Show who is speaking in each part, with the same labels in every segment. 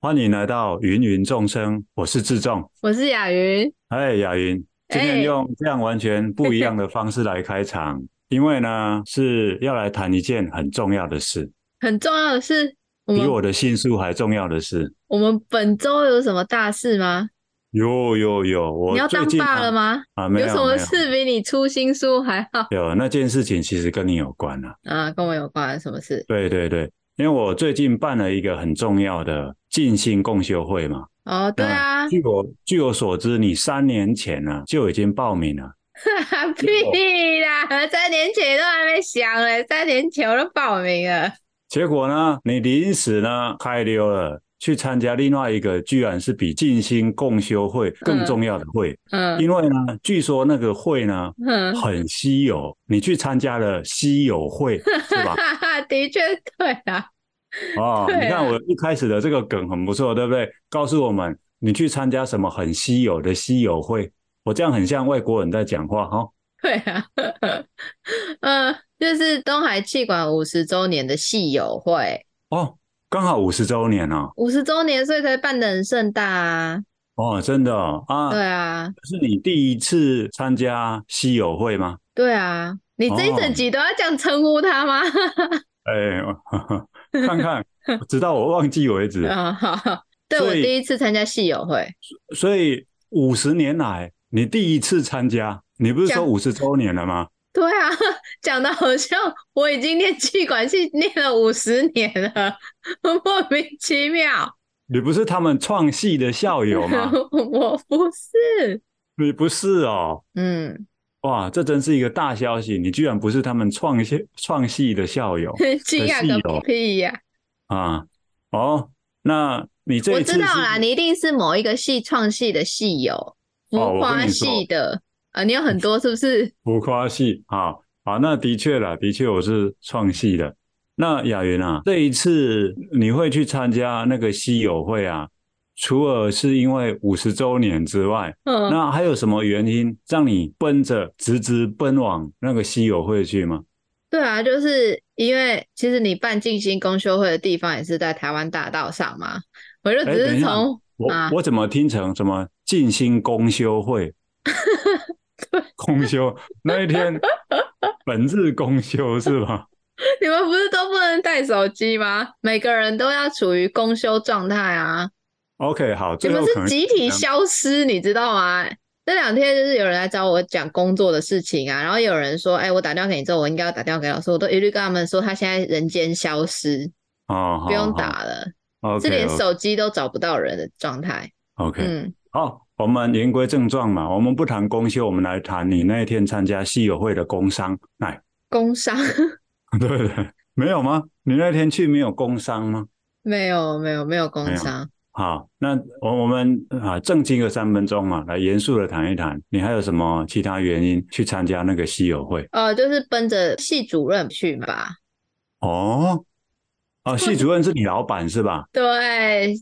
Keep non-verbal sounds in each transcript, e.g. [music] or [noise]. Speaker 1: 欢迎来到芸芸众生，我是志仲。
Speaker 2: 我是雅云，
Speaker 1: 哎，雅云，今
Speaker 2: 哎
Speaker 1: 天用这样完全不一样的方式来开
Speaker 2: [laughs]
Speaker 1: 场，因为呢是要来谈一件很重要的事，
Speaker 2: 很重要的是，我
Speaker 1: 比
Speaker 2: 们
Speaker 1: 我的杏树还重要的事。
Speaker 2: 我们本周有什么大事吗？
Speaker 1: 有有有，我
Speaker 2: 你要
Speaker 1: 最
Speaker 2: 当
Speaker 1: 近
Speaker 2: 爸
Speaker 1: 啊
Speaker 2: 了吗？
Speaker 1: 啊，没有
Speaker 2: 什么
Speaker 1: 没有
Speaker 2: 事比你出新书还好？
Speaker 1: 有那件事情其实跟你有关啊。
Speaker 2: 啊，跟我有关什么事？
Speaker 1: 对对对，因为我最近办了一个很重要的静心共修会嘛。
Speaker 2: 哦，
Speaker 1: 嗯
Speaker 2: 对啊， [laughs]
Speaker 1: 据我据我所知，你三年前呢、就已经报名了。
Speaker 2: 屁啦！三年前都还没想嘞，三年前我都报名了。
Speaker 1: 结果呢，你临时呢开溜了，去参加另外一个，居然是比静心共修会更重要的会，
Speaker 2: 嗯
Speaker 1: 因为呢，据说那个会呢
Speaker 2: 嗯，
Speaker 1: 很稀有，你去参加了稀有
Speaker 2: [laughs]
Speaker 1: 会，是吧？
Speaker 2: 哈哈， [laughs] 的确对啊，
Speaker 1: 哦，
Speaker 2: 对啊
Speaker 1: 你看我一开始的这个梗很不错，对不对？告诉我们你去参加什么很稀有的稀有会，我这样很像外国人在讲话哈、哦。
Speaker 2: 对啊，嗯，就是东海气管五十周年的戏友会，
Speaker 1: 哦，刚好五十周年哦，
Speaker 2: 五十周年所以才办得很盛大啊。
Speaker 1: 哦，真的哦啊，
Speaker 2: 对啊，
Speaker 1: 是你第一次参加稀有会吗？
Speaker 2: 对啊，你这一
Speaker 1: 哦
Speaker 2: 整集都要这样称呼他吗？
Speaker 1: 哎，我
Speaker 2: [laughs]
Speaker 1: 看看，直到我忘记为止。
Speaker 2: 啊，好，好对
Speaker 1: 所
Speaker 2: 我
Speaker 1: 以
Speaker 2: 第一次参加戏友会，
Speaker 1: 所以五十年来，你第一次参加，你不是
Speaker 2: 这
Speaker 1: 说
Speaker 2: 样
Speaker 1: 五十周年了吗？
Speaker 2: 对啊， [laughs] 讲的好像我已经念气管系念了五十年了， [laughs] 莫名其妙。
Speaker 1: 你不是他们创系的校友吗？
Speaker 2: [laughs] 我不是，
Speaker 1: 你不是哦，
Speaker 2: 嗯，
Speaker 1: 哇，这真是一个大消息！你居然不是他们创系创系的校友
Speaker 2: 惊讶个屁呀、
Speaker 1: 啊！哦，那你这
Speaker 2: 我
Speaker 1: 一次
Speaker 2: 知
Speaker 1: 是
Speaker 2: 道啦，你一定是某一个系创系的系友，
Speaker 1: 哦
Speaker 2: 浮
Speaker 1: 我跟
Speaker 2: 夸
Speaker 1: 你说
Speaker 2: 系的啊，你有很多是
Speaker 1: [laughs]
Speaker 2: 不是？
Speaker 1: 浮夸系啊啊，那的确啦，的确我是创系的。那雅云啊，这一次你会去参加那个西友会啊？除了是因为五十周年之外，
Speaker 2: 嗯，
Speaker 1: 那还有什么原因让你奔着直直奔往那个西友会去吗？
Speaker 2: 对啊，就是因为其实你办静心公修会的地方也是在台湾大道上嘛，我就只
Speaker 1: 哎等
Speaker 2: 是
Speaker 1: 一下
Speaker 2: 从
Speaker 1: 我、
Speaker 2: 啊
Speaker 1: 我怎么听成什么静心公修
Speaker 2: [laughs]
Speaker 1: 会？公修那一天，本日公修是吧？
Speaker 2: 你们不是都不能带手机吗？每个人都要处于公休状态啊，
Speaker 1: OK，好，
Speaker 2: 你
Speaker 1: 最
Speaker 2: 们
Speaker 1: 后啊可
Speaker 2: 是
Speaker 1: 能
Speaker 2: 集体消失，你知道吗？这两天就是有人来找我讲工作的事情啊，然后有人说，哎、我打电话给你之后，我应该要打电话给老师，我都一律跟他们说，他现在人间消失，
Speaker 1: 哦，
Speaker 2: 不用打了，
Speaker 1: o
Speaker 2: 是
Speaker 1: k
Speaker 2: 连手机都找不到人的状态。
Speaker 1: OK，
Speaker 2: 嗯，
Speaker 1: 好，我们言归正传嘛，我们不谈公休，我们来谈你那一天参加系友会的工 [laughs] 伤。来，
Speaker 2: 工伤 [laughs]
Speaker 1: 对对，没有吗？你那天去没有工伤吗？
Speaker 2: 没有没有没有工
Speaker 1: 没有
Speaker 2: 伤。
Speaker 1: 好，那我我们啊正经个三分钟嘛，来严肃的谈一谈，你还有什么其他原因去参加那个系友会？
Speaker 2: 呃，就是奔着系主任去吧。
Speaker 1: 哦，哦，系主任是你老板是吧？
Speaker 2: 对，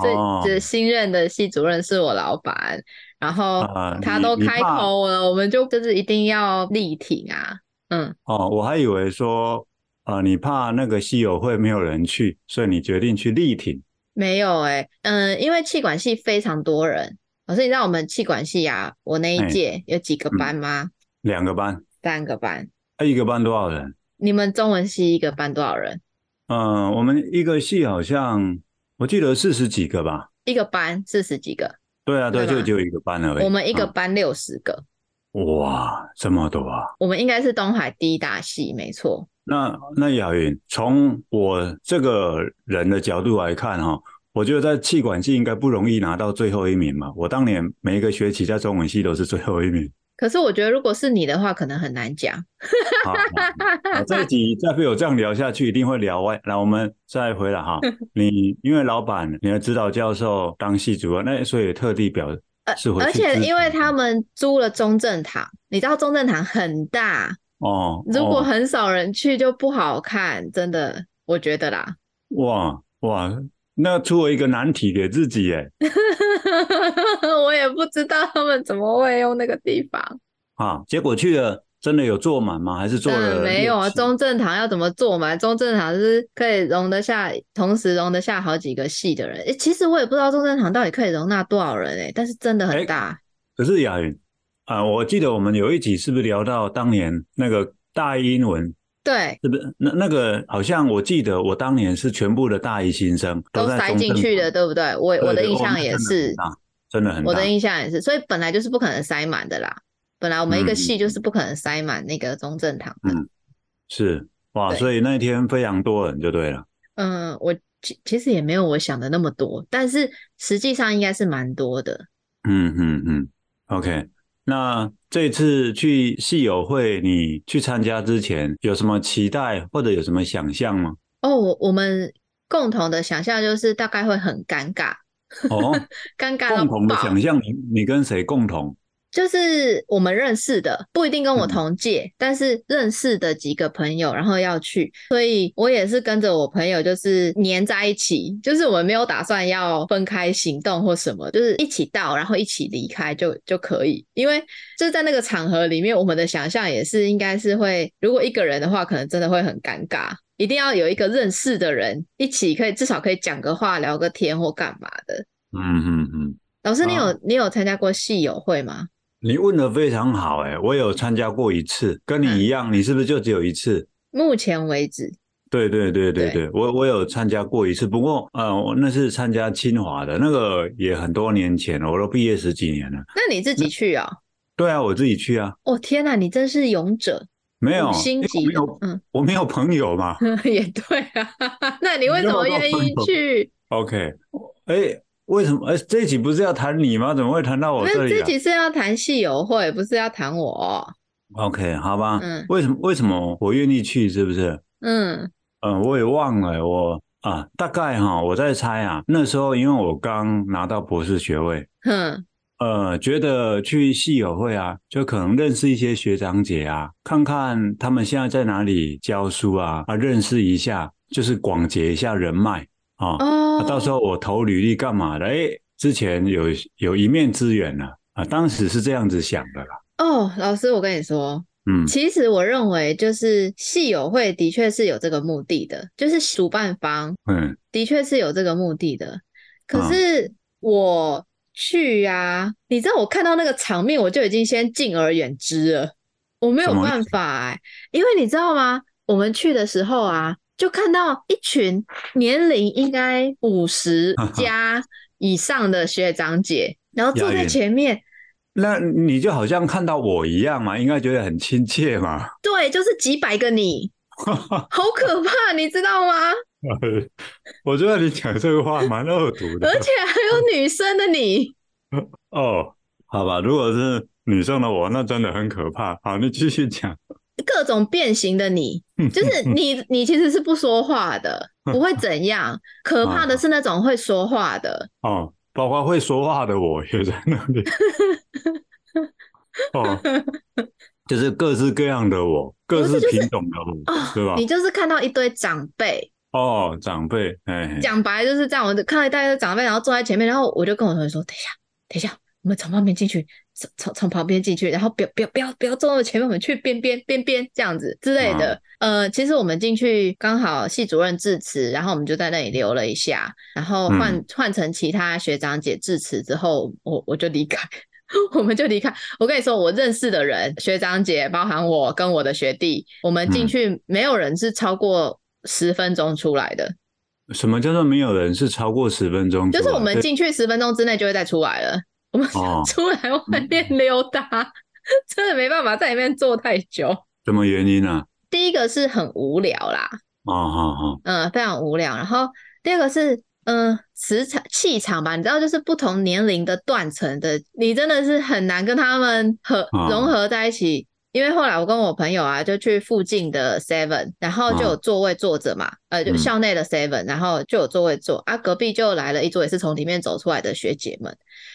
Speaker 2: 最
Speaker 1: 哦
Speaker 2: 这新任的系主任是我老板，然后
Speaker 1: 啊
Speaker 2: 他
Speaker 1: 你
Speaker 2: 都
Speaker 1: 你
Speaker 2: 开
Speaker 1: 爸
Speaker 2: 口了，我们就就是一定要力挺啊。嗯，
Speaker 1: 哦，我还以为说啊、你怕那个系友会没有人去，所以你决定去力挺。
Speaker 2: 没有哎、嗯，因为气管系非常多人，老师，你知道我们气管系啊，我那一
Speaker 1: 哎
Speaker 2: 届有几个
Speaker 1: 嗯
Speaker 2: 班吗？
Speaker 1: 两个班，
Speaker 2: 三个班。
Speaker 1: 啊一个班多少人？
Speaker 2: 你们中文系一个班多少人？
Speaker 1: 嗯，我们一个系好像我记得四十几个吧。
Speaker 2: 一个班四十几个，
Speaker 1: 对啊，对，
Speaker 2: 对
Speaker 1: 就
Speaker 2: 吧
Speaker 1: 只有一个班而已。
Speaker 2: 我们一个
Speaker 1: 嗯
Speaker 2: 班六十个，
Speaker 1: 哇，这么多啊！
Speaker 2: 我们应该是东海第一大系，没错。
Speaker 1: 那那雅云，从我这个人的角度来看哈、我觉得在气管系应该不容易拿到最后一名嘛。我当年每一个学期在中文系都是最后一名。
Speaker 2: 可是我觉得，如果是你的话，可能很难讲。
Speaker 1: 好，好好这一集再被我这样聊下去，一定会聊歪。来，我们再回来
Speaker 2: [laughs]
Speaker 1: 哈。你因为老板、你的指导教授当系主任，那所以特地表是回去
Speaker 2: 呃而且
Speaker 1: 支
Speaker 2: 因为
Speaker 1: 持
Speaker 2: 他们租了中正堂，你知道中正堂很大，
Speaker 1: 哦，
Speaker 2: 如果
Speaker 1: 哦
Speaker 2: 很少人去就不好看，真的，我觉得啦。 [laughs]
Speaker 1: 哇哇，那出了一个难题给自己耶
Speaker 2: 我也不知道他们怎么会用那个地方。
Speaker 1: 啊！结果去了真的有坐满吗？还是坐
Speaker 2: 当然
Speaker 1: 了
Speaker 2: 没有啊，
Speaker 1: 六七
Speaker 2: 中正堂要怎么做嘛？中正堂是可以容得下，同时容得下好几个系的人。诶、其实我也不知道中正堂到底可以容纳多少人诶、但是真的很
Speaker 1: 诶
Speaker 2: 大。
Speaker 1: 可是雅云啊、我记得我们有一集是不是聊到当年那个大英文？
Speaker 2: 对，
Speaker 1: 是不是那那个好像我记得我当年是全部的大一新生
Speaker 2: 都
Speaker 1: 在
Speaker 2: 塞
Speaker 1: 中
Speaker 2: 进
Speaker 1: 正
Speaker 2: 去
Speaker 1: 堂
Speaker 2: 的，对不对？我我的
Speaker 1: 对对
Speaker 2: 印
Speaker 1: 哦
Speaker 2: 象
Speaker 1: 那
Speaker 2: 也
Speaker 1: 真的
Speaker 2: 是
Speaker 1: 很，大真的很大。
Speaker 2: 我的印象也是，所以本来就是不可能塞满的啦。本来我们一个
Speaker 1: 嗯
Speaker 2: 系就是不可能塞满那个中正堂的。
Speaker 1: 嗯是哇，
Speaker 2: 对
Speaker 1: 所以那一天非常多人就对了。
Speaker 2: 嗯，我其其实也没有我想的那么多，但是实际上应该是蛮多的。
Speaker 1: 嗯嗯嗯，OK。那这次去戏友会，你去参加之前有什么期待或者有什么想象
Speaker 2: [laughs]
Speaker 1: 吗？
Speaker 2: 哦，我我们共同的想象就是大概会很尴尬，
Speaker 1: 哦，
Speaker 2: 尴尬到
Speaker 1: 共同的
Speaker 2: 爆
Speaker 1: 想象，你你跟谁共同？
Speaker 2: 就是我们认识的，不一定跟我
Speaker 1: 嗯
Speaker 2: 同届，但是认识的几个朋友，然后要去，所以我也是跟着我朋友，就是黏在一起，就是我们没有打算要分开行动或什么，就是一起到，然后一起离开就就可以。因为就是在那个场合里面，我们的想象也是应该是会，如果一个人的话，可能真的会很尴尬。一定要有一个认识的人一起，可以至少可以讲个话、聊个天或干嘛的。
Speaker 1: 嗯嗯嗯，
Speaker 2: 老师，你有、
Speaker 1: 啊
Speaker 2: 你有参加过戏友会吗？
Speaker 1: 你问的非常好哎、我有参加过一次，跟你
Speaker 2: 嗯
Speaker 1: 一样，你是不是就只有一次？
Speaker 2: 目前为止，
Speaker 1: 对对对对
Speaker 2: 对
Speaker 1: 对，我我有参加过一次，不过呃，我那是参加清华的，那个也很多年前了，我都毕业十几年了。
Speaker 2: 那你自己去哦。
Speaker 1: 对啊，我自己去啊，
Speaker 2: 哦天哪，你真是勇者，
Speaker 1: 没有，
Speaker 2: 五星
Speaker 1: 因为
Speaker 2: 级
Speaker 1: 我
Speaker 2: 的，
Speaker 1: 没有，
Speaker 2: 嗯，
Speaker 1: 我没有朋友嘛。
Speaker 2: [laughs] 也对啊。那你为什么愿意去？
Speaker 1: OK，哎，为什么？哎，这一集不是要谈你吗？怎么会谈到我这
Speaker 2: 那
Speaker 1: 里
Speaker 2: 这
Speaker 1: 啊
Speaker 2: 集是要谈戏友会，不是要谈我哦。
Speaker 1: ？OK，好吧，
Speaker 2: 嗯
Speaker 1: 为什么为什么我愿意去？是不是？
Speaker 2: 嗯
Speaker 1: 嗯，我也忘了，我啊，大概哈，我在猜啊，那时候因为我刚拿到博士学位，
Speaker 2: 哼，
Speaker 1: 呃，觉得去系友会啊，就可能认识一些学长姐啊，看看他们现在在哪里教书啊，啊，认识一下，就是广结一下人脉啊。
Speaker 2: 哦
Speaker 1: 啊，到时候我投履历干嘛的？哎，之前有有一面之缘了啊，当时是这样子想的啦。
Speaker 2: 哦，老师，我跟你说，
Speaker 1: 嗯
Speaker 2: 其实我认为就是戏友会的确是有这个目的的，就是主办方
Speaker 1: 嗯
Speaker 2: 的确是有这个目的的。可
Speaker 1: 嗯
Speaker 2: 是我去啊，你知道我看到那个场面，我就已经先敬而远之了，我没有
Speaker 1: 什么意
Speaker 2: 办法哎、因为你知道吗？我们去的时候啊，就看到一群年龄应该五十加以上的学长姐，然后坐
Speaker 1: 亚
Speaker 2: 在
Speaker 1: 运
Speaker 2: 前面，
Speaker 1: 那你就好像看到我一样嘛，应该觉得很亲切嘛。 [laughs]
Speaker 2: 对，就是几百个你，好可怕，你知
Speaker 1: [laughs]
Speaker 2: 道吗？
Speaker 1: 我知道你讲这个话蛮恶毒的
Speaker 2: [laughs] 而且还有女生的你，
Speaker 1: 哦。好吧，如果是女生的我，那真的很可怕。好，你继续讲。
Speaker 2: 各种变形的你，就是
Speaker 1: 嗯
Speaker 2: 你， [laughs] 你其实是不说话的，不会怎样。可怕的是那种会说话的，
Speaker 1: 哦，包括会说话的我也在那里。
Speaker 2: [laughs]
Speaker 1: 哦，就是各式各样的我，各式品种的我，
Speaker 2: 哦
Speaker 1: 对吧
Speaker 2: 你？就是看到一堆长辈，
Speaker 1: 哦，长辈，哎，嘿
Speaker 2: 讲白就是这样，我就看到一大堆长辈，然后坐在前面，然后我就跟我同学说：“等一下，等一下，我们从旁边进去，从从从旁边进去，然后不要不要不要不要坐那么前面，我们去边边边边这样子之类的。
Speaker 1: 啊
Speaker 2: 呃，其实我们进去刚好系主任致辞，然后我们就在那里留了一下，然后换、
Speaker 1: 嗯
Speaker 2: 换成其他学长姐致辞之后，我我就离开。 [laughs] 我们就离开。我跟你说，我认识的人，学长姐，包含我跟我的学弟，我们进
Speaker 1: 嗯
Speaker 2: 去没有人是超过十分钟出来的。
Speaker 1: 什么叫做没有人是超过十分钟出
Speaker 2: 就
Speaker 1: 来？
Speaker 2: 是我们进去十分钟之内就会再出来了， [laughs] 我们
Speaker 1: 哦
Speaker 2: 出来外面溜达， [laughs] 真的没办法在里面坐太久。
Speaker 1: 什么原因呢、
Speaker 2: 第一个是很无聊啦，
Speaker 1: 啊？哦，好好，
Speaker 2: 嗯、非常无聊。然后第二个是，嗯、磁场气场吧，你知道，就是不同年龄的断层的，你真的是很难跟他们合
Speaker 1: 哦
Speaker 2: 融合在一起。因为后来我跟我朋友啊，就去附近的 Seven，然后就有座位坐着嘛，呃，就
Speaker 1: 啊嗯
Speaker 2: 校内的 Seven，然后就有座位坐啊，隔壁就来了一桌也是从里面走出来的学姐们，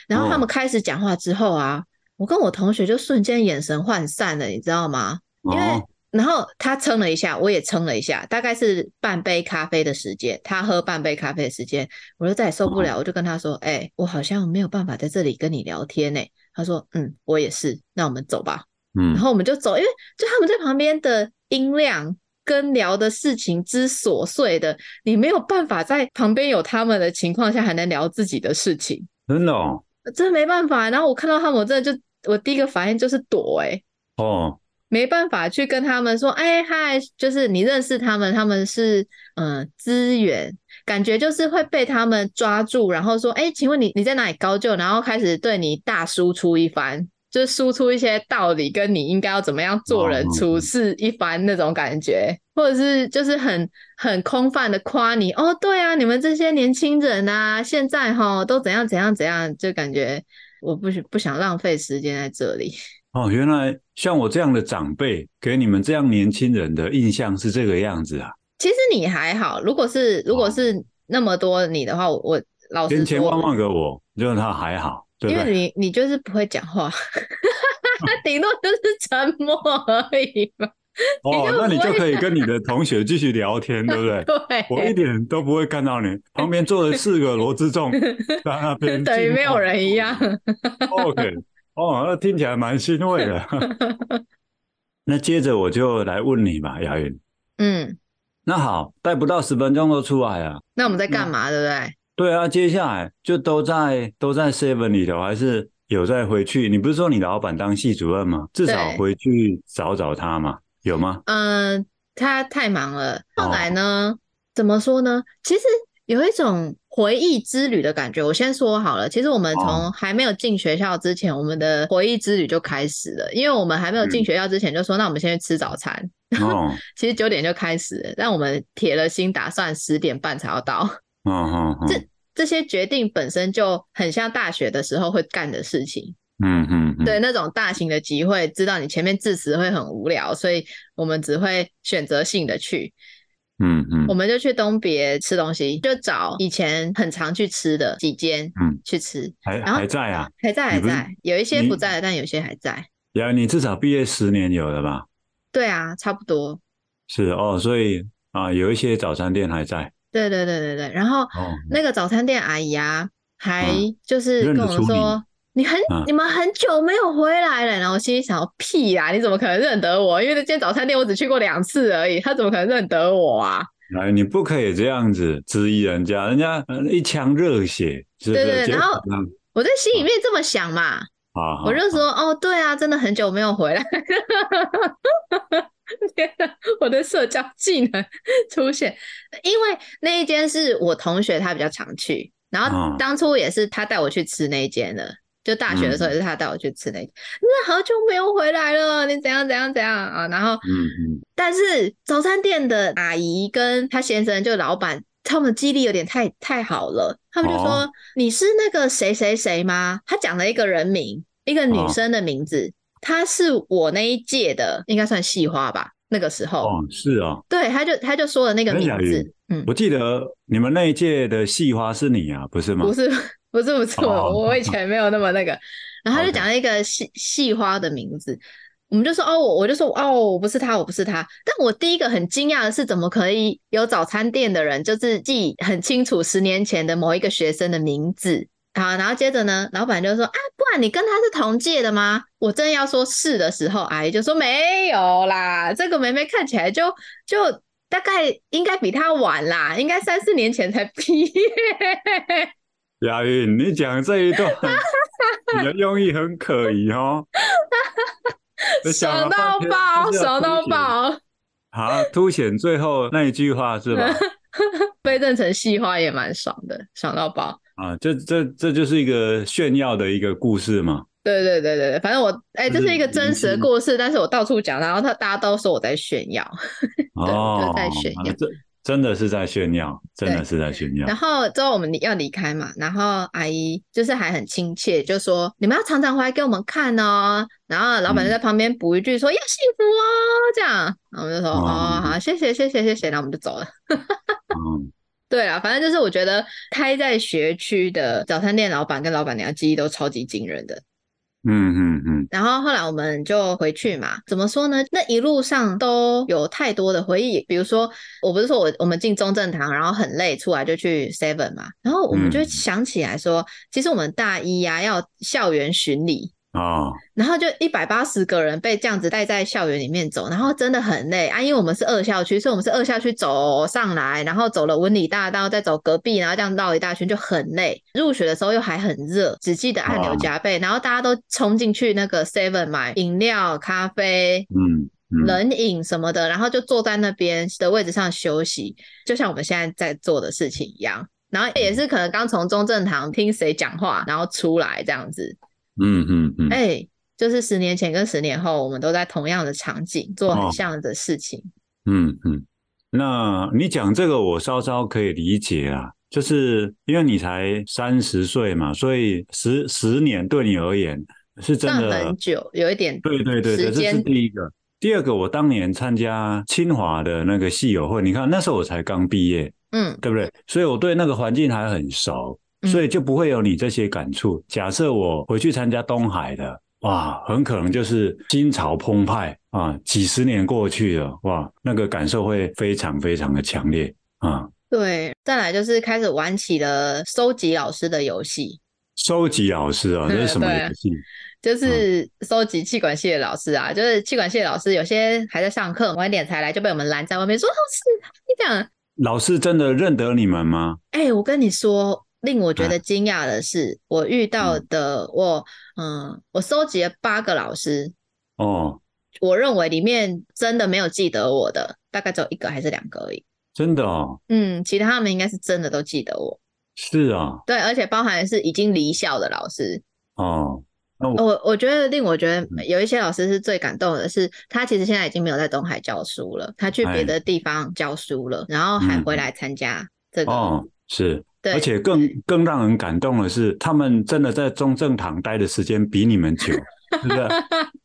Speaker 2: 然后他们
Speaker 1: 哦
Speaker 2: 开始讲话之后啊，我跟我同学就瞬间眼神涣散了，你知道吗？因为
Speaker 1: 哦，
Speaker 2: 然后他撑了一下，我也撑了一下，大概是半杯咖啡的时间，他喝半杯咖啡的时间，我就再也受不了，我就跟他说：“哎、我好像没有办法在这里跟你聊天呢、他说：“嗯，我也是，那我们走吧。”
Speaker 1: 嗯
Speaker 2: 然后我们就走，因为就他们在旁边的音量跟聊的事情之琐碎的，你没有办法在旁边有他们的情况下还能聊自己的事情，
Speaker 1: 真的哦，
Speaker 2: 真的没办法。然后我看到他们，我真的就我第一个反应就是躲、欸，
Speaker 1: 哦，
Speaker 2: 没办法去跟他们说，哎嗨，就是你认识他们，他们是嗯资源，感觉就是会被他们抓住，然后说，哎，请问你你在哪里高就？然后开始对你大输出一番，就是输出一些道理，跟你应该要怎么样做人
Speaker 1: 哦
Speaker 2: 处事一番那种感觉，或者是就是很很空泛的夸你，哦，对啊，你们这些年轻人啊，现在哈都怎样怎样怎样，就感觉我不不想浪费时间在这里。
Speaker 1: 哦，原来像我这样的长辈，给你们这样年轻人的印象是这个样子啊，
Speaker 2: 其实你还好，如果
Speaker 1: 哦
Speaker 2: 是如果是那么多你的话，我我老实
Speaker 1: 千
Speaker 2: 说，
Speaker 1: 千万万个我，就是他还好，对
Speaker 2: 因
Speaker 1: 不
Speaker 2: 为
Speaker 1: 对？
Speaker 2: 你你就是不会讲话， [laughs] 顶多就是沉默而已嘛。
Speaker 1: [laughs] 哦，
Speaker 2: 就
Speaker 1: 那你
Speaker 2: 不
Speaker 1: 就
Speaker 2: 会
Speaker 1: 可以跟你的同学继续聊天，对不对？
Speaker 2: [laughs] 对，
Speaker 1: 我一点都不会看到你，旁边坐了四个罗志
Speaker 2: [laughs]
Speaker 1: 仲在那边，
Speaker 2: 等于没有
Speaker 1: 哦
Speaker 2: 人一样。
Speaker 1: OK，哦，那听起来蛮欣慰的。 [laughs] 那接着我就来问你吧，雅云。
Speaker 2: 嗯，
Speaker 1: 那好，待不到十分钟就出来啊。
Speaker 2: 那我们在干嘛，对不对？
Speaker 1: 对啊，接下来就都在都在 Seven 里头，还是有再回去？你不是说你老板当系主任吗？至少
Speaker 2: 对
Speaker 1: 回去找找他嘛，有
Speaker 2: [laughs]
Speaker 1: 吗？
Speaker 2: 嗯、他太忙了。
Speaker 1: 哦
Speaker 2: 后来呢，怎么说呢？其实有一种回忆之旅的感觉。我先说好了，其实我们从
Speaker 1: 哦
Speaker 2: 还没有进学校之前，我们的回忆之旅就开始了。因为我们还没有
Speaker 1: 嗯
Speaker 2: 进学校之前，就说、那我们先去吃早餐。
Speaker 1: 哦，
Speaker 2: 其实九点就开始了，但我们铁了心打算十点半才要到。 [laughs]
Speaker 1: 哦哦哦，
Speaker 2: 这些决定本身就很像大学的时候会干的事情。
Speaker 1: 嗯嗯嗯，
Speaker 2: 对那种大型的集会，知道你前面致辞会很无聊，所以我们只会选择性的去。
Speaker 1: 嗯嗯
Speaker 2: 我们就去东别吃东西，就找以前很常去吃的几间
Speaker 1: 嗯，
Speaker 2: 去吃，
Speaker 1: 还
Speaker 2: 然后
Speaker 1: 还在啊，
Speaker 2: 还在还
Speaker 1: 你不是
Speaker 2: 在，有一些
Speaker 1: 你
Speaker 2: 不在了，但有些还在。
Speaker 1: 雅云，你至少毕业十年有了吧？
Speaker 2: 对啊，差不多。
Speaker 1: 是哦，所以啊，有一些早餐店还在
Speaker 2: 对对对对对。然后
Speaker 1: 哦，
Speaker 2: 那个早餐店阿姨啊，还
Speaker 1: 嗯
Speaker 2: 就是
Speaker 1: 认
Speaker 2: 跟
Speaker 1: 得
Speaker 2: 我们
Speaker 1: 出
Speaker 2: 说。你很、
Speaker 1: 嗯
Speaker 2: 你们很久没有回来了，然后我心里想，屁啦，你怎么可能认得我？因为那间早餐店我只去过两次而已，他怎么可能认得我啊？
Speaker 1: 哎，你不可以这样子质疑人家，人家呃一腔热血，是不
Speaker 2: 对
Speaker 1: 是？
Speaker 2: 对
Speaker 1: 结
Speaker 2: 然
Speaker 1: 果
Speaker 2: 后我在心里
Speaker 1: 嗯
Speaker 2: 面这么想嘛，
Speaker 1: 呢啊，
Speaker 2: 我就
Speaker 1: 啊
Speaker 2: 说哦，对啊，真的很久没有回来。 [laughs] 天哪，我的社交技能 [laughs] 出现，因为那一间是我同学他比较常去，然后
Speaker 1: 嗯
Speaker 2: 当初也是他带我去吃那一间的，就大学的时候也是他带我去吃那一间。那好久没有回来了，你怎样怎样怎样啊？然后
Speaker 1: 嗯嗯，
Speaker 2: 但是早餐店的阿姨跟她先生，就老板，他们记忆力有点太太好了，他们就说、
Speaker 1: 哦
Speaker 2: 你是那个谁谁谁吗？他讲了一个人名，一个女
Speaker 1: 哦
Speaker 2: 生的名字，她是我那一届的，应该算系花吧，那个时候，
Speaker 1: 哦，是哦，
Speaker 2: 对，他就他就说了那个
Speaker 1: 哎
Speaker 2: 名
Speaker 1: 雅
Speaker 2: 字
Speaker 1: 云，
Speaker 2: 嗯，
Speaker 1: 我记得你们那一届的戏花是你啊，不是吗
Speaker 2: 不？是 [laughs] 不是不是，
Speaker 1: 哦
Speaker 2: 我我以前没有那么那个，然后他就
Speaker 1: OK
Speaker 2: 讲了一个系系花的名字。我们就说哦，我我就说哦，我不是他，我不是他。但我第一个很惊讶的是，怎么可以有早餐店的人就是记很清楚十年前的某一个学生的名字？好，然后接着呢，老板就说啊，不然你跟他是同届的吗？我正要说是的时候，阿姨就说没有啦，这个妹妹看起来就就大概应该比他晚啦，应该三四年前才毕业。
Speaker 1: 雅云，你讲这一段， [laughs] 你的用意很可疑
Speaker 2: [laughs]
Speaker 1: 哦，你 [laughs] 想了
Speaker 2: 爽
Speaker 1: 半
Speaker 2: 到
Speaker 1: 天
Speaker 2: 爆，
Speaker 1: 就是要
Speaker 2: 爽到
Speaker 1: 凸显
Speaker 2: 爆！
Speaker 1: 啊！凸显最后那一句话是吧？
Speaker 2: 被认成戏花也蛮爽的，爽到爆！
Speaker 1: 啊，这这这就是一个炫耀的一个故事嘛。
Speaker 2: 对对对对对，反正我哎、
Speaker 1: 就
Speaker 2: 这
Speaker 1: 是
Speaker 2: 是一个真实的
Speaker 1: 明星
Speaker 2: 故事，但是我到处讲，然后他大家都说我在炫耀。
Speaker 1: 哦，
Speaker 2: 在炫耀
Speaker 1: 啊这真的是在炫耀，真的
Speaker 2: 对
Speaker 1: 是在炫耀
Speaker 2: 然。后之后我们要离开嘛，然后阿姨就是还很亲切，就说你们要常常回来给我们看哦。然后老板
Speaker 1: 嗯
Speaker 2: 就在旁边补一句说、要幸福哦，这样。然后我们就说
Speaker 1: 哦
Speaker 2: 哦好，谢谢谢谢谢谢，然后我们就走了。
Speaker 1: 嗯，
Speaker 2: 对啊，反正就是我觉得开在学区的早餐店老板跟老板娘记忆都超级惊人的。
Speaker 1: 嗯嗯嗯，
Speaker 2: 然后后来我们就回去嘛，怎么说呢？那一路上都有太多的回忆，比如说，我不是说我我们进中正堂，然后很累，出来就去 Seven 嘛，然后我们就
Speaker 1: 嗯
Speaker 2: 想起来说，其实我们大一呀、要校园巡礼，
Speaker 1: 啊，
Speaker 2: 然后就一百八十个人被这样子带在校园里面走，然后真的很累啊，因为我们是二校区，所以我们是二校区走上来，然后走了文理大道，再走隔壁，然后这样绕一大圈就很累。入学的时候又还很热，只记得按钮加倍，然后大家都冲进去那个 Seven 买饮料、咖啡、
Speaker 1: 嗯嗯，
Speaker 2: 冷饮什么的，然后就坐在那边的位置上休息，就像我们现在在做的事情一样。然后也是可能刚从中正堂听谁讲话，然后出来这样子。
Speaker 1: 嗯嗯嗯，
Speaker 2: 哎、就是十年前跟十年后，我们都在同样的场景做
Speaker 1: 哦
Speaker 2: 很像的事情。
Speaker 1: 嗯嗯，那你讲这个我稍稍可以理解啊，就是因为你才三十岁嘛，所以十十年对你而言是真
Speaker 2: 算
Speaker 1: 的
Speaker 2: 很，久，有一点
Speaker 1: 对对对对，
Speaker 2: 时
Speaker 1: 这是
Speaker 2: 间
Speaker 1: 第一个。第二个，我当年参加清华的那个系友会，你看那时候我才刚毕业，
Speaker 2: 嗯
Speaker 1: 对不对？所以我对那个环境还很熟，
Speaker 2: 嗯
Speaker 1: 所以就不会有你这些感触。假设我回去参加东海的，哇，很可能就是心潮澎湃啊！几十年过去了，哇，那个感受会非常非常的强烈啊！
Speaker 2: 对。再来就是开始玩起了收集老师的游戏，
Speaker 1: 收集老师啊，这是什么
Speaker 2: 对
Speaker 1: 游戏？嗯
Speaker 2: 就是收集气管系的老师啊，就是气管系的老师有些还在上课，晚一点才来就被我们拦在外面说：“老师，你讲，
Speaker 1: 老师真的认得你们吗？
Speaker 2: 哎、我跟你说。”令我
Speaker 1: 啊
Speaker 2: 觉得惊讶的是，我遇到的我，嗯，我收集了八个老师，
Speaker 1: 哦，
Speaker 2: 我认为里面真的没有记得我的，大概只有一个还是两个而已。
Speaker 1: 真的哦，
Speaker 2: 嗯，其他他们应该是真的都记得我。
Speaker 1: 是啊，
Speaker 2: 对，而且包含是已经离校的老师。
Speaker 1: 哦，
Speaker 2: 我我觉得令我觉
Speaker 1: 嗯
Speaker 2: 得有一些老师是最感动的是，他其实现在已经没有在东海教书了，他去
Speaker 1: 哎嗯
Speaker 2: 别的地方教书了，然后还回来参加这个。
Speaker 1: 哦，是。
Speaker 2: 对，嗯
Speaker 1: 而且更更让人感动的是，他们真的在中正堂待的时间比你
Speaker 2: [laughs]
Speaker 1: 们久，是不是？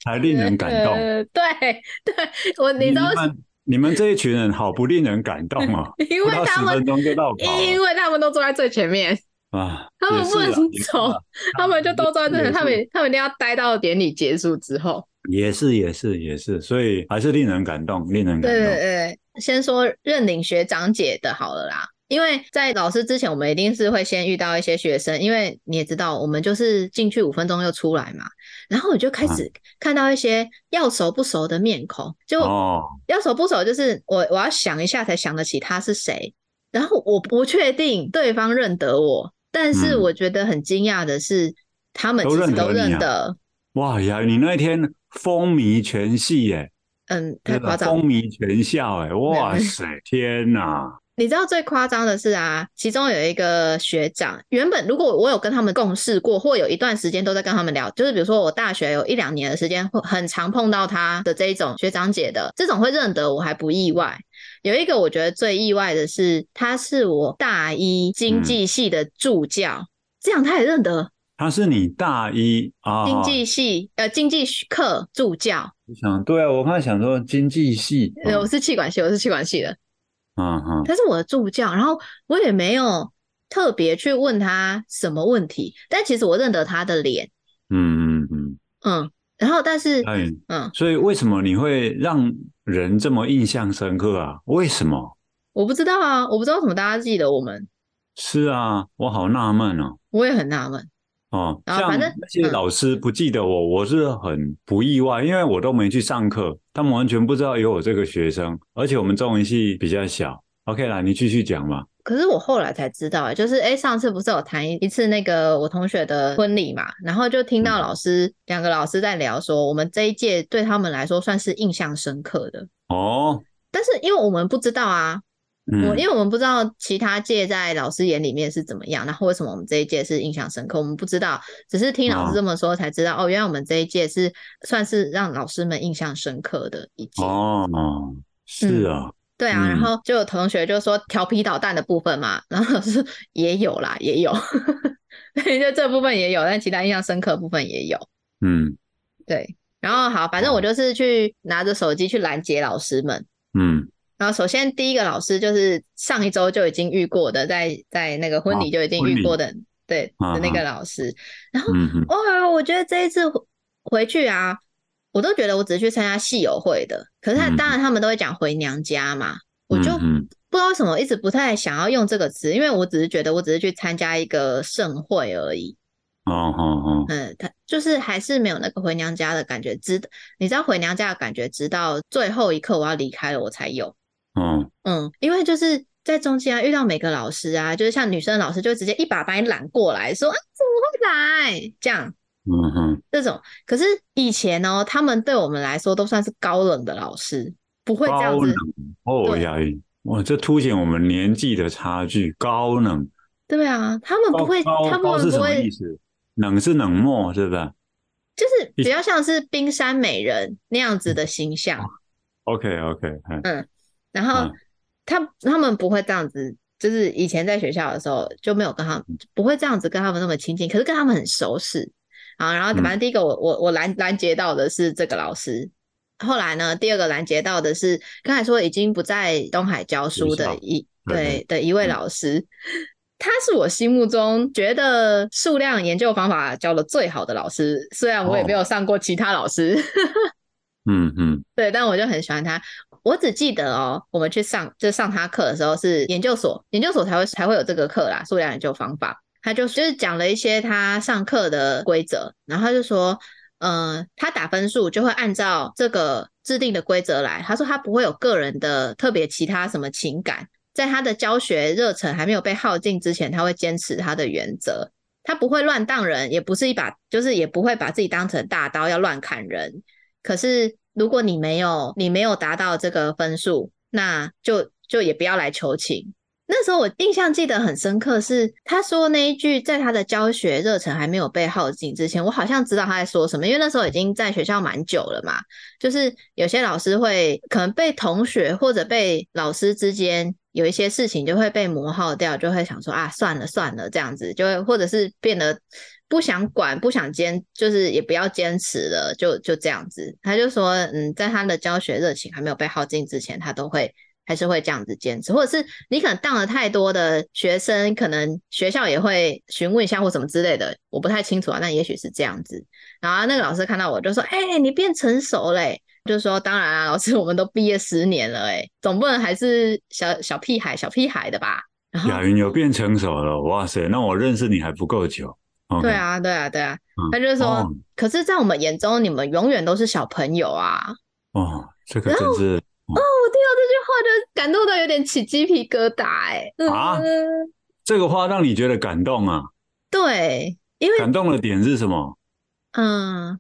Speaker 1: 才令人感动。
Speaker 2: 呃对 [laughs] 对，我你
Speaker 1: 你
Speaker 2: 都
Speaker 1: 们你们这一群人好不令人感动哦，
Speaker 2: [laughs] 因
Speaker 1: 不
Speaker 2: 为
Speaker 1: 到
Speaker 2: 他
Speaker 1: 十分
Speaker 2: 们
Speaker 1: 钟就到跑
Speaker 2: 因
Speaker 1: 了
Speaker 2: 为他们都坐在最前面，
Speaker 1: 啊！
Speaker 2: 他们
Speaker 1: 也是
Speaker 2: 不
Speaker 1: 啦
Speaker 2: 能
Speaker 1: 也是
Speaker 2: 走
Speaker 1: 啦
Speaker 2: [laughs] 他们就都坐在
Speaker 1: 也
Speaker 2: 这
Speaker 1: 是
Speaker 2: 里，他们他们一定要待到典礼结束之后。
Speaker 1: 也是也是也是，所以还是令人感动，令人感
Speaker 2: 对对
Speaker 1: 动。
Speaker 2: 对，先说认领学长姐的好了啦，因为在老师之前，我们一定是会先遇到一些学生，因为你也知道，我们就是进去五分钟又出来嘛，然后我就开
Speaker 1: 嗯
Speaker 2: 始看到一些要熟不熟的面孔，就
Speaker 1: 哦，
Speaker 2: 要熟不熟，就是我我要想一下才想得起他是谁，然后我不确定对方认得我，但是
Speaker 1: 嗯
Speaker 2: 我觉得很惊讶的是，他们
Speaker 1: 都
Speaker 2: 其实
Speaker 1: 认得
Speaker 2: 都
Speaker 1: 你啊
Speaker 2: 认得，
Speaker 1: 哇呀，你那一天风靡全系耶，
Speaker 2: 嗯，太
Speaker 1: 真的
Speaker 2: 夸张了
Speaker 1: 风靡全校哎！哇塞，天哪！
Speaker 2: 你知道最夸张的是啊，其中有一个学长，原本如果我有跟他们共事过，或有一段时间都在跟他们聊，就是比如说我大学有一两年的时间，会很常碰到他的这一种学长姐的，这种会认得我还不意外。有一个我觉得最意外的是，他是我大一经济系的助教，这样他也认得
Speaker 1: 他是你大一啊，
Speaker 2: 经济系、呃经济课助教，
Speaker 1: 我想对啊，我刚才想说经济系，
Speaker 2: 呃我是气管系，我是气管系的，
Speaker 1: 嗯嗯
Speaker 2: 他是我的助教，然后我也没有特别去问他什么问题，但其实我认得他的脸，
Speaker 1: 嗯嗯嗯，
Speaker 2: 嗯，然后但是，
Speaker 1: 哎，
Speaker 2: 嗯，
Speaker 1: 所以为什么你会让人这么印象深刻啊？为什么？
Speaker 2: 我不知道啊，我不知道为什么大家记得我们，
Speaker 1: 是啊，我好纳闷哦。
Speaker 2: 我也很纳闷，
Speaker 1: 哦，
Speaker 2: 啊
Speaker 1: 像
Speaker 2: 反正
Speaker 1: 那些老师不记得我，我是很不意外，因为我都没去上课，他们完全不知道有我这个学生，而且我们中文系比较小。OK 啦，你继续讲吧。
Speaker 2: 可是我后来才知道，就是哎，诶上次不是有谈一次那个我同学的婚礼嘛，然后就听到
Speaker 1: 嗯
Speaker 2: 老师、两个老师在聊说，我们这一届对他们来说算是印象深刻的，
Speaker 1: 哦，
Speaker 2: 但是因为我们不知道啊，我
Speaker 1: 嗯
Speaker 2: 因为我们不知道其他届在老师眼里面是怎么样，然后为什么我们这一届是印象深刻，我们不知道，只是听老师这么说才知道，哦，原来我们这一届是算是让老师们印象深刻的一届。
Speaker 1: 哦，哦是啊，
Speaker 2: 对啊，然
Speaker 1: 嗯
Speaker 2: 后就有同学就说调皮捣蛋的部分嘛，然后老师说也有啦，也有， [laughs] 就这部分也有，但其他印象深刻的部分也有。
Speaker 1: 嗯
Speaker 2: 对，然后好，反正
Speaker 1: 哦
Speaker 2: 我就是去拿着手机去拦截老师们。
Speaker 1: 嗯
Speaker 2: 然后首先第一个老师就是上一周就已经遇过的，在在那个婚礼就已经遇过的，对
Speaker 1: 啊
Speaker 2: 的那个老师。然后
Speaker 1: 嗯嗯
Speaker 2: 哦，我觉得这一次回回去啊，我都觉得我只是去参加戏友会的，可是他
Speaker 1: 嗯
Speaker 2: 当然他们都会讲回娘家嘛，我就
Speaker 1: 嗯嗯
Speaker 2: 不知道为什么一直不太想要用这个词，因为我只是觉得我只是去参加一个盛会而已。
Speaker 1: 哦哦哦，
Speaker 2: 嗯，他就是还是没有那个回娘家的感觉，直你知道回娘家的感觉，直到最后一刻我要离开了我才有。
Speaker 1: 嗯，
Speaker 2: 嗯，因为就是在中间啊，遇到每个老师啊，就是像女生老师就直接一把把你揽过来说啊，怎么会来这样
Speaker 1: 嗯哼，
Speaker 2: 这种。可是以前哦，他们对我们来说都算是高冷的老师，不会这样
Speaker 1: 高冷
Speaker 2: 子，
Speaker 1: 哦，
Speaker 2: 对
Speaker 1: 雅云，哇，这凸显我们年纪的差距，高冷，
Speaker 2: 对啊，他们不
Speaker 1: 高
Speaker 2: 会，
Speaker 1: 高
Speaker 2: 他
Speaker 1: 高
Speaker 2: 们
Speaker 1: 是
Speaker 2: 不
Speaker 1: 什么
Speaker 2: 会
Speaker 1: 意，思？冷是冷漠，是吧
Speaker 2: 就是
Speaker 1: 意
Speaker 2: 比较像是冰山美人那样子的形象。
Speaker 1: ？OK OK，嗯
Speaker 2: 然后
Speaker 1: 嗯
Speaker 2: 他他们不会这样子，就是以前在学校的时候就没有跟他
Speaker 1: 嗯
Speaker 2: 们不会这样子跟他们那么亲近，可是跟他们很熟识啊。然后
Speaker 1: 嗯
Speaker 2: 反正第一个我我我拦拦截到的是这个老师，后来呢，第二个拦截到的是刚才说已经不在东海教书
Speaker 1: 学
Speaker 2: 的
Speaker 1: 校
Speaker 2: 一对
Speaker 1: 对
Speaker 2: 的一位
Speaker 1: 嗯
Speaker 2: 老师。他是我心目中觉得数量研究方法教的最好的老师，虽然我也
Speaker 1: 哦
Speaker 2: 没有上过其他老师。
Speaker 1: 嗯嗯，
Speaker 2: 对，但我就很喜欢他。我只记得哦，我们去上就上他课的时候是研究所，研究所才会才会有这个课啦，数量研究方法。他就就是讲了一些他上课的规则，然后他就说，呃，他打分数就会按照这个制定的规则来。他说他不会有个人的特别其他什么情感，在他的教学热忱还没有被耗尽之前，他会坚持他的原则。他不会乱当人，也不是一把，就是也不会把自己当成大刀要乱砍人。可是如果你没有你没有达到这个分数，那就就也不要来求情。那时候我印象记得很深刻是，他说那一句，在他的教学热忱还没有被耗尽之前，我好像知道他在说什么，因为那时候已经在学校蛮久了嘛。就是有些老师会可能被同学或者被老师之间有一些事情就会被磨耗掉，就会想说啊算了算了这样子，就会或者是变得不想管、不想坚，就是也不要坚持了，就就这样子。他就说，嗯，在他的教学热情还没有被耗尽之前，他都会。还是会这样子坚持，或者是你可能当了太多的学生，可能学校也会询问一下或什么之类的，我不太清楚啊。那也许是这样子。然后那个老师看到我就说：“哎、你变成熟嘞、就说：“当然啊，老师，我们都毕业十年了、欸，总不能还是小小屁孩、小屁孩的吧？”然后，
Speaker 1: 雅云有变成熟了，哇塞，那我认识你还不够久。OK，
Speaker 2: 对啊，对啊，对啊，
Speaker 1: 嗯
Speaker 2: 他就说：“
Speaker 1: 哦
Speaker 2: 可是，在我们眼中，你们永远都是小朋友啊！”
Speaker 1: 哦，这个真是
Speaker 2: 哦，我听到这句话就感动到有点起鸡皮疙瘩、欸，哎，
Speaker 1: 啊
Speaker 2: 嗯，
Speaker 1: 这个话让你觉得感动啊？
Speaker 2: 对，因为
Speaker 1: 感动的点是什么？
Speaker 2: 嗯，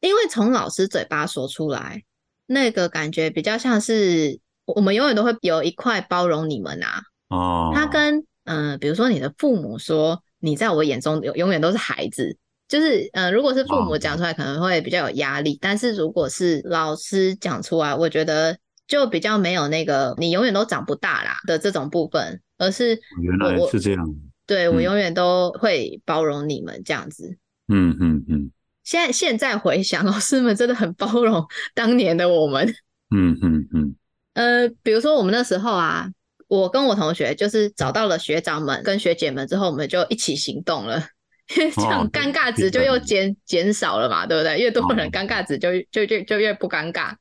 Speaker 2: 因为从老师嘴巴说出来，那个感觉比较像是我我们永远都会有一块包容你们啊。
Speaker 1: 哦，
Speaker 2: 他跟嗯、呃比如说你的父母说，你在我眼中永永远都是孩子，就是嗯、呃如果是父母
Speaker 1: 哦
Speaker 2: 讲出来可能会比较有压力，但是如果是老师讲出来，我觉得就比较没有那个你永远都长不大啦的这种部分，而是
Speaker 1: 哦原来
Speaker 2: 我我
Speaker 1: 是这样，
Speaker 2: 对我
Speaker 1: 嗯
Speaker 2: 永远都会包容你们这样子。
Speaker 1: 嗯嗯嗯
Speaker 2: 现在现在回想，老师们真的很包容当年的我们。
Speaker 1: 嗯嗯嗯，
Speaker 2: 呃，比如说我们那时候啊，我跟我同学就是找到了学长们跟学姐们之后，我们就一起行动了， [laughs] 因为这样
Speaker 1: 哦对
Speaker 2: 尴尬
Speaker 1: 一起
Speaker 2: 值就又
Speaker 1: 行动
Speaker 2: 减减少了嘛，对不对？越多
Speaker 1: 哦
Speaker 2: 人尴尬值就就就就越不尴尬。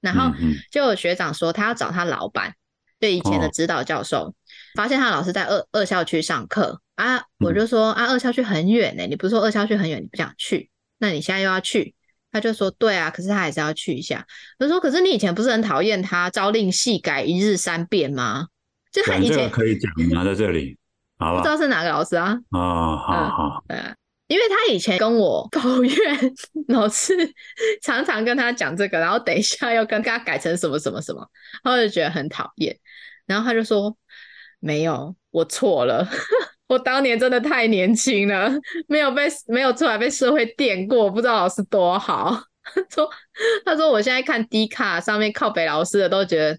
Speaker 2: 然后
Speaker 1: 嗯嗯
Speaker 2: 就有学长说他要找他老板，就以前的
Speaker 1: 哦
Speaker 2: 指导教授，发现他老师在二二校区上课啊，我
Speaker 1: 嗯
Speaker 2: 就说啊，二校区很远呢、你不是说二校区很远，你不想去，那你现在又要去。他就说：“对啊，可是他还是要去一下。”我说：“可是你以前不是很讨厌他朝令夕改、一日三变吗？就他
Speaker 1: 讲
Speaker 2: 以
Speaker 1: 啊这
Speaker 2: 前
Speaker 1: 个可以讲吗？在这里，好
Speaker 2: 不
Speaker 1: 不
Speaker 2: 知
Speaker 1: 好？
Speaker 2: 道是哪个老师啊，
Speaker 1: 啊，好好，
Speaker 2: 因为他以前跟我抱怨老师常常跟他讲这个，然后等一下要跟他改成什么什么什么，然后我就觉得很讨厌。然后他就说：“没有，我错了， [laughs] 我当年真的太年轻了，没有被没有出来被社会电过，不知道老师多好。” [laughs] 他说：“他说我现在看 D 卡上面靠北老师的都觉得，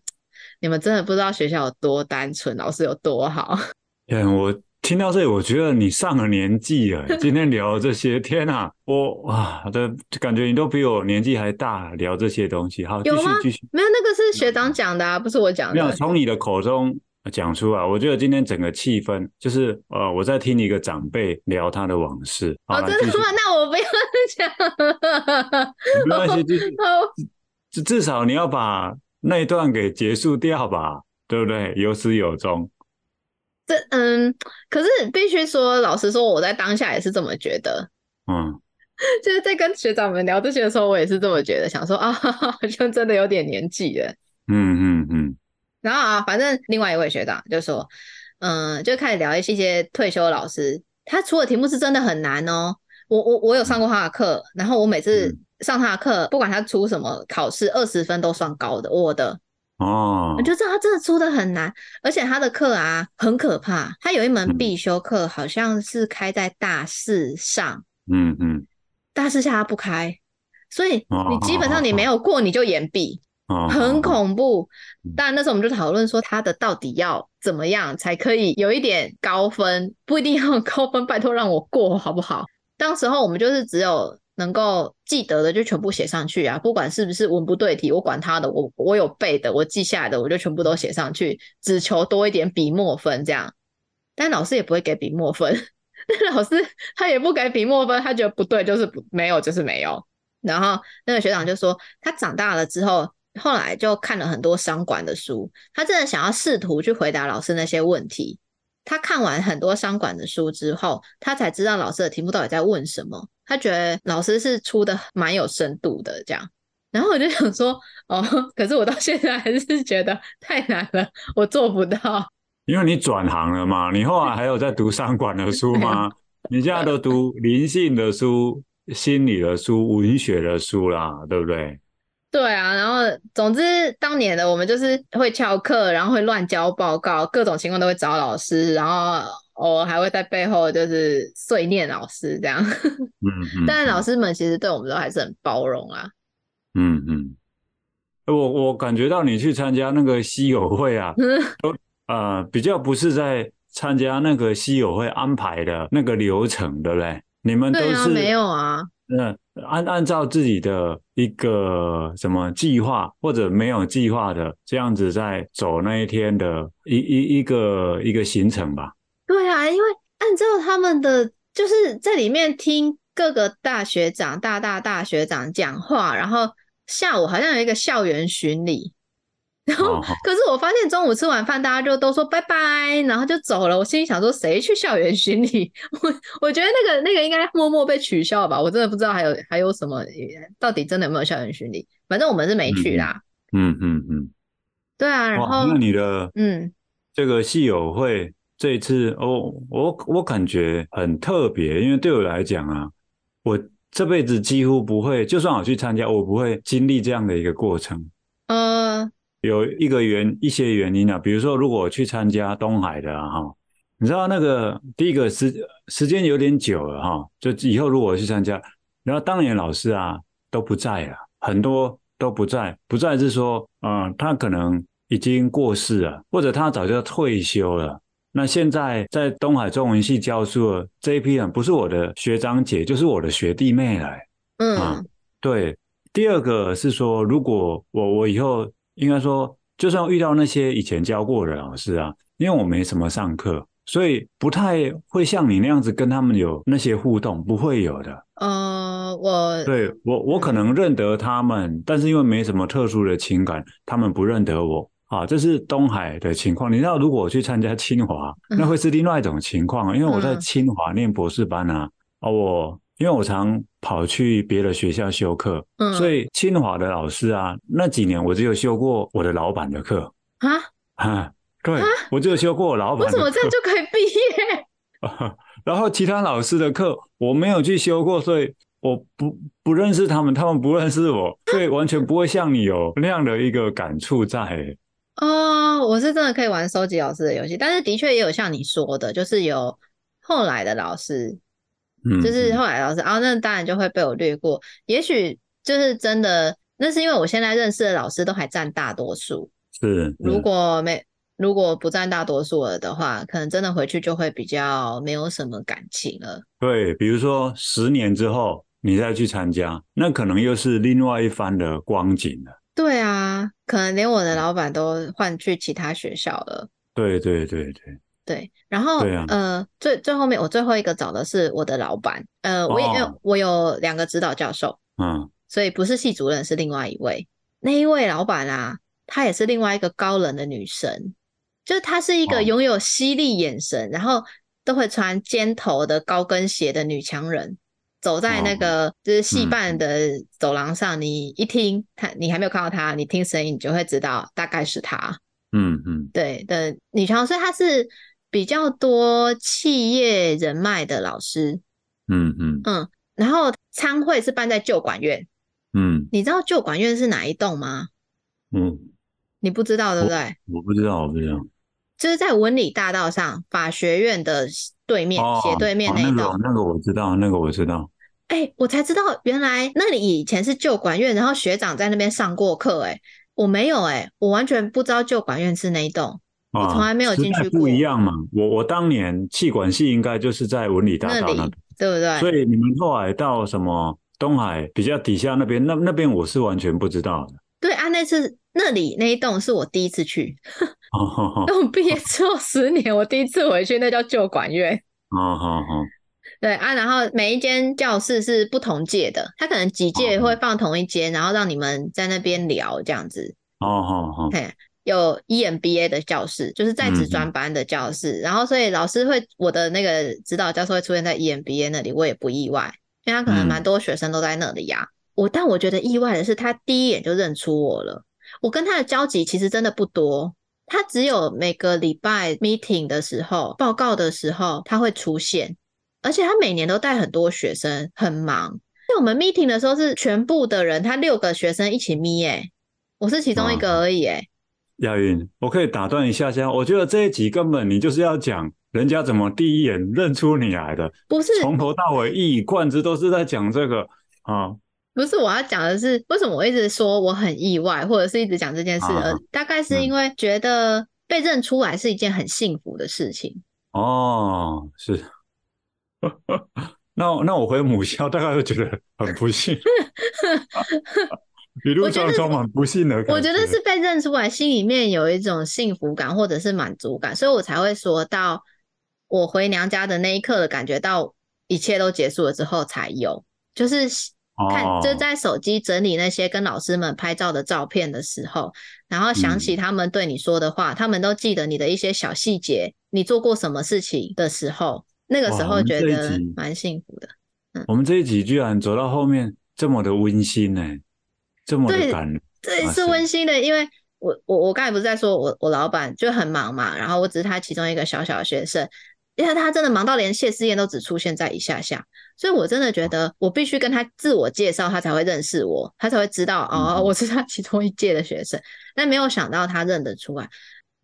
Speaker 2: 你们真的不知道学校有多单纯，老师有多好。” [laughs]
Speaker 1: 嗯，我听到这里，我觉得你上了年纪了。今天聊这些， [laughs] 天啊，我啊，这感觉你都比我年纪还大，聊这些东西。好，继
Speaker 2: 有
Speaker 1: 续
Speaker 2: 吗
Speaker 1: 继续，
Speaker 2: 没有，那个是学长讲的、啊，不是我讲
Speaker 1: 嗯没有
Speaker 2: 的。
Speaker 1: 从你的口中讲出来。我觉得今天整个气氛就是，呃，我在听一个长辈聊他的往事。好
Speaker 2: 哦，
Speaker 1: 来
Speaker 2: 真的
Speaker 1: 继续
Speaker 2: 吗？那我不要讲了。 [laughs]
Speaker 1: 没关系，继续。
Speaker 2: 哦，
Speaker 1: 至至少你要把那一段给结束掉吧，对不对？有始有终。
Speaker 2: 这嗯，可是必须说，老实说，我在当下也是这么觉得。
Speaker 1: 嗯，
Speaker 2: 就是在跟学长们聊这些的时候，我也是这么觉得，想说啊， [laughs] 好像真的有点年纪了。
Speaker 1: 嗯嗯嗯，
Speaker 2: 然后啊，反正另外一位学长就说，嗯，就开始聊一些退休老师，他出的题目是真的很难哦。我我我有上过他的课，然后我每次
Speaker 1: 嗯
Speaker 2: 上他的课，不管他出什么考试，二十分都算高的，我的。
Speaker 1: 哦
Speaker 2: 我，就知道他真的出的很难，而且他的课啊很可怕。他有一门
Speaker 1: 嗯
Speaker 2: 必修课，好像是开在大四上，
Speaker 1: 嗯嗯，
Speaker 2: 大四下他不开，所以
Speaker 1: 哦
Speaker 2: 你基本上你没有过你就延毕，
Speaker 1: 哦，
Speaker 2: 很恐怖
Speaker 1: 嗯。
Speaker 2: 当然那时候我们就讨论说他的到底要怎么样才可以有一点高分，不一定要有高分，拜托让我过好不好？当时候我们就是只有能够记得的就全部写上去啊，不管是不是文不对题，我管他的，我我有背的，我记下来的，我就全部都写上去，只求多一点笔墨分这样。但老师也不会给笔墨分， [laughs] 但老师他也不给笔墨分，他觉得不对就是不没有就是没有。然后那个学长就说，他长大了之后，后来就看了很多商管的书，他真的想要试图去回答老师那些问题。他看完很多商管的书之后，他才知道老师的题目到底在问什么。他觉得老师是出的蛮有深度的，这样。然后我就想说，哦， [laughs] 可是我到现在还是觉得太难了，我做不到。
Speaker 1: 因为你转行了嘛，你后来还有在读商管的书
Speaker 2: [laughs]
Speaker 1: 吗？你现在都读灵性的书、心理的书、文学的书啦，对不对？
Speaker 2: 对啊，然后总之当年的我们就是会翘课，然后会乱交报告，各种情况都会找老师，然后偶尔还会在背后就是碎念老师这样。 [laughs]
Speaker 1: 嗯嗯，
Speaker 2: 但是老师们其实对我们都还是很包容啊。 [laughs]
Speaker 1: 嗯嗯，我我感觉到你去参加那个稀有会啊，呃，比较不是在参加那个稀有会安排的那个流程的嘞，你们都
Speaker 2: 对啊，
Speaker 1: 是
Speaker 2: 没有啊，
Speaker 1: 嗯、按按照自己的一个什么计划或者没有计划的这样子在走那一天的一一一个一个行程
Speaker 2: [laughs]
Speaker 1: 吧。
Speaker 2: 对啊，因为按照他们的，就是在里面听各个大学长、大大大学长讲话，然后下午好像有一个校园巡礼， [laughs] 然后
Speaker 1: 哦
Speaker 2: [laughs] 可是我发现中午吃完饭，大家就都说拜拜，然后就走了。我心里想说，谁去校园巡礼？我我觉得那个那个应该默默被取消吧。我真的不知道还有还有什么，到底真的有没有校园巡礼？反正我们是没去啦。
Speaker 1: 嗯嗯嗯，
Speaker 2: 对啊，然
Speaker 1: 哇，
Speaker 2: 后
Speaker 1: 那你的
Speaker 2: 嗯，
Speaker 1: 这个系友会这一次，哦，我我感觉很特别，因为对我来讲啊，我这辈子几乎不会，就算我去参加，我不会经历这样的一个过程。
Speaker 2: 呃，
Speaker 1: 有一个原一些原因啊，比如说，如果我去参加东海的啊哈、你知道那个第一个时时间有点久了哈、就以后如果我去参加，然后当年老师啊都不在了，很多都不在，不在是说，嗯、他可能已经过世了，或者他早就退休了。那现在在东海中文系教书的这一批人，不是我的学长姐，就是我的学弟妹了欸、
Speaker 2: 嗯，
Speaker 1: 啊对，第二个是说，如果我我以后应该说，就算遇到那些以前教过的老师啊，因为我没什么上课，所以不太会像你那样子跟他们有那些互动，不会有的。
Speaker 2: 呃，我
Speaker 1: 对啊我，我可能认得他们，但是因为没什么特殊的情感，他们不认得我啊。这是东海的情况。你知道，如果我去参加清华，
Speaker 2: 嗯
Speaker 1: 那会是另外一种情况，因为我在
Speaker 2: 嗯
Speaker 1: 清华念博士班啊，啊，我因为我常跑去别的学校修课，
Speaker 2: 嗯
Speaker 1: 所以清华的老师啊，那几年我只有修过我的老板的课，
Speaker 2: 啊，
Speaker 1: 哈，对
Speaker 2: 啊
Speaker 1: 我只有修过我老板
Speaker 2: 为
Speaker 1: 的
Speaker 2: 什
Speaker 1: 课。
Speaker 2: 么这样就可以毕业？
Speaker 1: 然后其他老师的课我没有去修过，所以我不不认识他们，他们不认识我，所以完全不会像你有那样的一个感触在、欸
Speaker 2: 哦，我是真的可以玩收集老师的游戏，但是的确也有像你说的，就是有后来的老师，
Speaker 1: 嗯，
Speaker 2: 就是后来老师啊，那当然就会被我略过。也许就是真的，那是因为我现在认识的老师都还占大多数，
Speaker 1: 是嗯
Speaker 2: 如果没如果不占大多数了的话，可能真的回去就会比较没有什么感情了。
Speaker 1: 对，比如说十年之后你再去参加，那可能又是另外一番的光景了。
Speaker 2: 对啊，可能连
Speaker 1: 嗯
Speaker 2: 我的老板都换去其他学校了。
Speaker 1: 对对对对，
Speaker 2: 对，然后
Speaker 1: 对啊
Speaker 2: 呃，最最后面我最后一个找的是我的老板，呃，我也因为
Speaker 1: 哦
Speaker 2: 我有两个指导教授，
Speaker 1: 嗯
Speaker 2: 所以不是系主任，是另外一位。那一位老板啊，她也是另外一个高冷的女生，就是她是一
Speaker 1: 哦
Speaker 2: 个拥有犀利眼神，然后都会穿尖头的高跟鞋的女强人，走在那
Speaker 1: 哦
Speaker 2: 个就是戏
Speaker 1: 嗯
Speaker 2: 办的走廊上，你一听她，你还没有看到她，你听声音你就会知道大概是她。
Speaker 1: 嗯嗯
Speaker 2: 对的女强人，所以她是比较多企业人脉的老师，
Speaker 1: 嗯嗯
Speaker 2: 然后参会是办在旧管院，
Speaker 1: 嗯
Speaker 2: 你知道旧管院是哪一栋吗？
Speaker 1: 嗯，
Speaker 2: 你不知道对不对？
Speaker 1: 我不知道，我不知道。
Speaker 2: 就是在文理大道上法学院的对面
Speaker 1: 哦，
Speaker 2: 斜对面
Speaker 1: 哦
Speaker 2: 那一
Speaker 1: 那
Speaker 2: 栋。
Speaker 1: 个那个我知道，那个我知道。
Speaker 2: 哎、我才知道原来那里以前是旧管院，然后学长在那边上过课、哎，我没有、哎，我完全不知道旧管院是那一栋，
Speaker 1: 啊，
Speaker 2: 从来没有
Speaker 1: 时
Speaker 2: 进
Speaker 1: 代
Speaker 2: 去
Speaker 1: 不
Speaker 2: 过
Speaker 1: 一样嘛。我我当年气管系应该就是在文理大
Speaker 2: 那
Speaker 1: 道
Speaker 2: 里
Speaker 1: 那边，
Speaker 2: 对不对？
Speaker 1: 所以你们后来到什么东海比较底下那边，那那边我是完全不知道的。 [laughs]
Speaker 2: 对啊，那次那里那一栋是我第一次去，
Speaker 1: 哦吼吼
Speaker 2: [laughs] 等我毕业之后十年，我第一次回去，那叫旧管院。
Speaker 1: 哦吼吼，
Speaker 2: 对啊，然后每一间教室是不同届的，他可能几届
Speaker 1: 哦
Speaker 2: 会放同一间，然后让你们在那边聊这样子。
Speaker 1: 哦吼吼，
Speaker 2: 嘿，有 E EMBA 的教室，就是在职专班的教室，然后所以老师会，我的那个指导教授会出现在 E EMBA 那里，我也不意外，因为他可
Speaker 1: 嗯
Speaker 2: 能蛮多学生都在那里呀、我但我觉得意外的是，他第一眼就认出我了。我跟他的交集其实真的不多，他只有每个礼拜 meeting 的时候、报告的时候他会出现，而且他每年都带很多学生，很忙。在我们 meeting 的时候是全部的人，他六个学生一起 meet 哎、我是其中一个而已哎、
Speaker 1: 亚云，我可以打断一下下，我觉得这一集根本你就是要讲人家怎么第一眼认出你来的，
Speaker 2: 不是
Speaker 1: 从头到尾一以贯之都是在讲这个啊。
Speaker 2: 不是，我要讲的是为什么我一直说我很意外，或者是一直讲这件事，
Speaker 1: 啊
Speaker 2: 呃，大概是因为觉得被认出来是一件很幸福的事情。
Speaker 1: 哦，是。 [laughs] 那那我回母校，大概会觉得很不幸，一路
Speaker 2: 我觉
Speaker 1: 上
Speaker 2: 得
Speaker 1: 充满不幸的感
Speaker 2: 我觉得
Speaker 1: 觉
Speaker 2: 是被认出来，心里面有一种幸福感或者是满足感，所以我才会说到我回娘家的那一刻的感觉到一切都结束了之后才有，就是看
Speaker 1: 哦
Speaker 2: 就在手机整理那些跟老师们拍照的照片的时候，然后想
Speaker 1: 嗯
Speaker 2: 起他们对你说的话，他们都记得你的一些小细节，你做过什么事情的时候，那个时
Speaker 1: 哇我
Speaker 2: 候
Speaker 1: 们
Speaker 2: 觉
Speaker 1: 这一
Speaker 2: 得
Speaker 1: 集
Speaker 2: 蛮幸福的。
Speaker 1: 我们这一集居然走到后面这么的温馨呢、这么的
Speaker 2: 对
Speaker 1: 感人
Speaker 2: 这一
Speaker 1: 啊
Speaker 2: 次
Speaker 1: 是
Speaker 2: 温馨的，因为我我我刚才不是在说我我老板就很忙嘛，然后我只是他其中一个小小的学生，因为他真的忙到连谢师宴都只出现在一下下，所以我真的觉得我必须跟他自我介绍，他才会认识我，他才会知道
Speaker 1: 嗯
Speaker 2: 哦，
Speaker 1: 哼
Speaker 2: 我是他其中一届的学生，但没有想到他认得出来。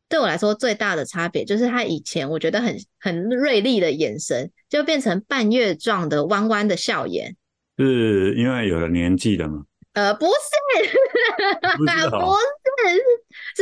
Speaker 2: 对我来说，最大的差别就是他以前我觉得很很锐利的眼神，就变成半月状的弯弯的笑眼。
Speaker 1: 是因为有了年纪了嘛？
Speaker 2: 呃，不是，
Speaker 1: 不是哦
Speaker 2: [laughs] 不是，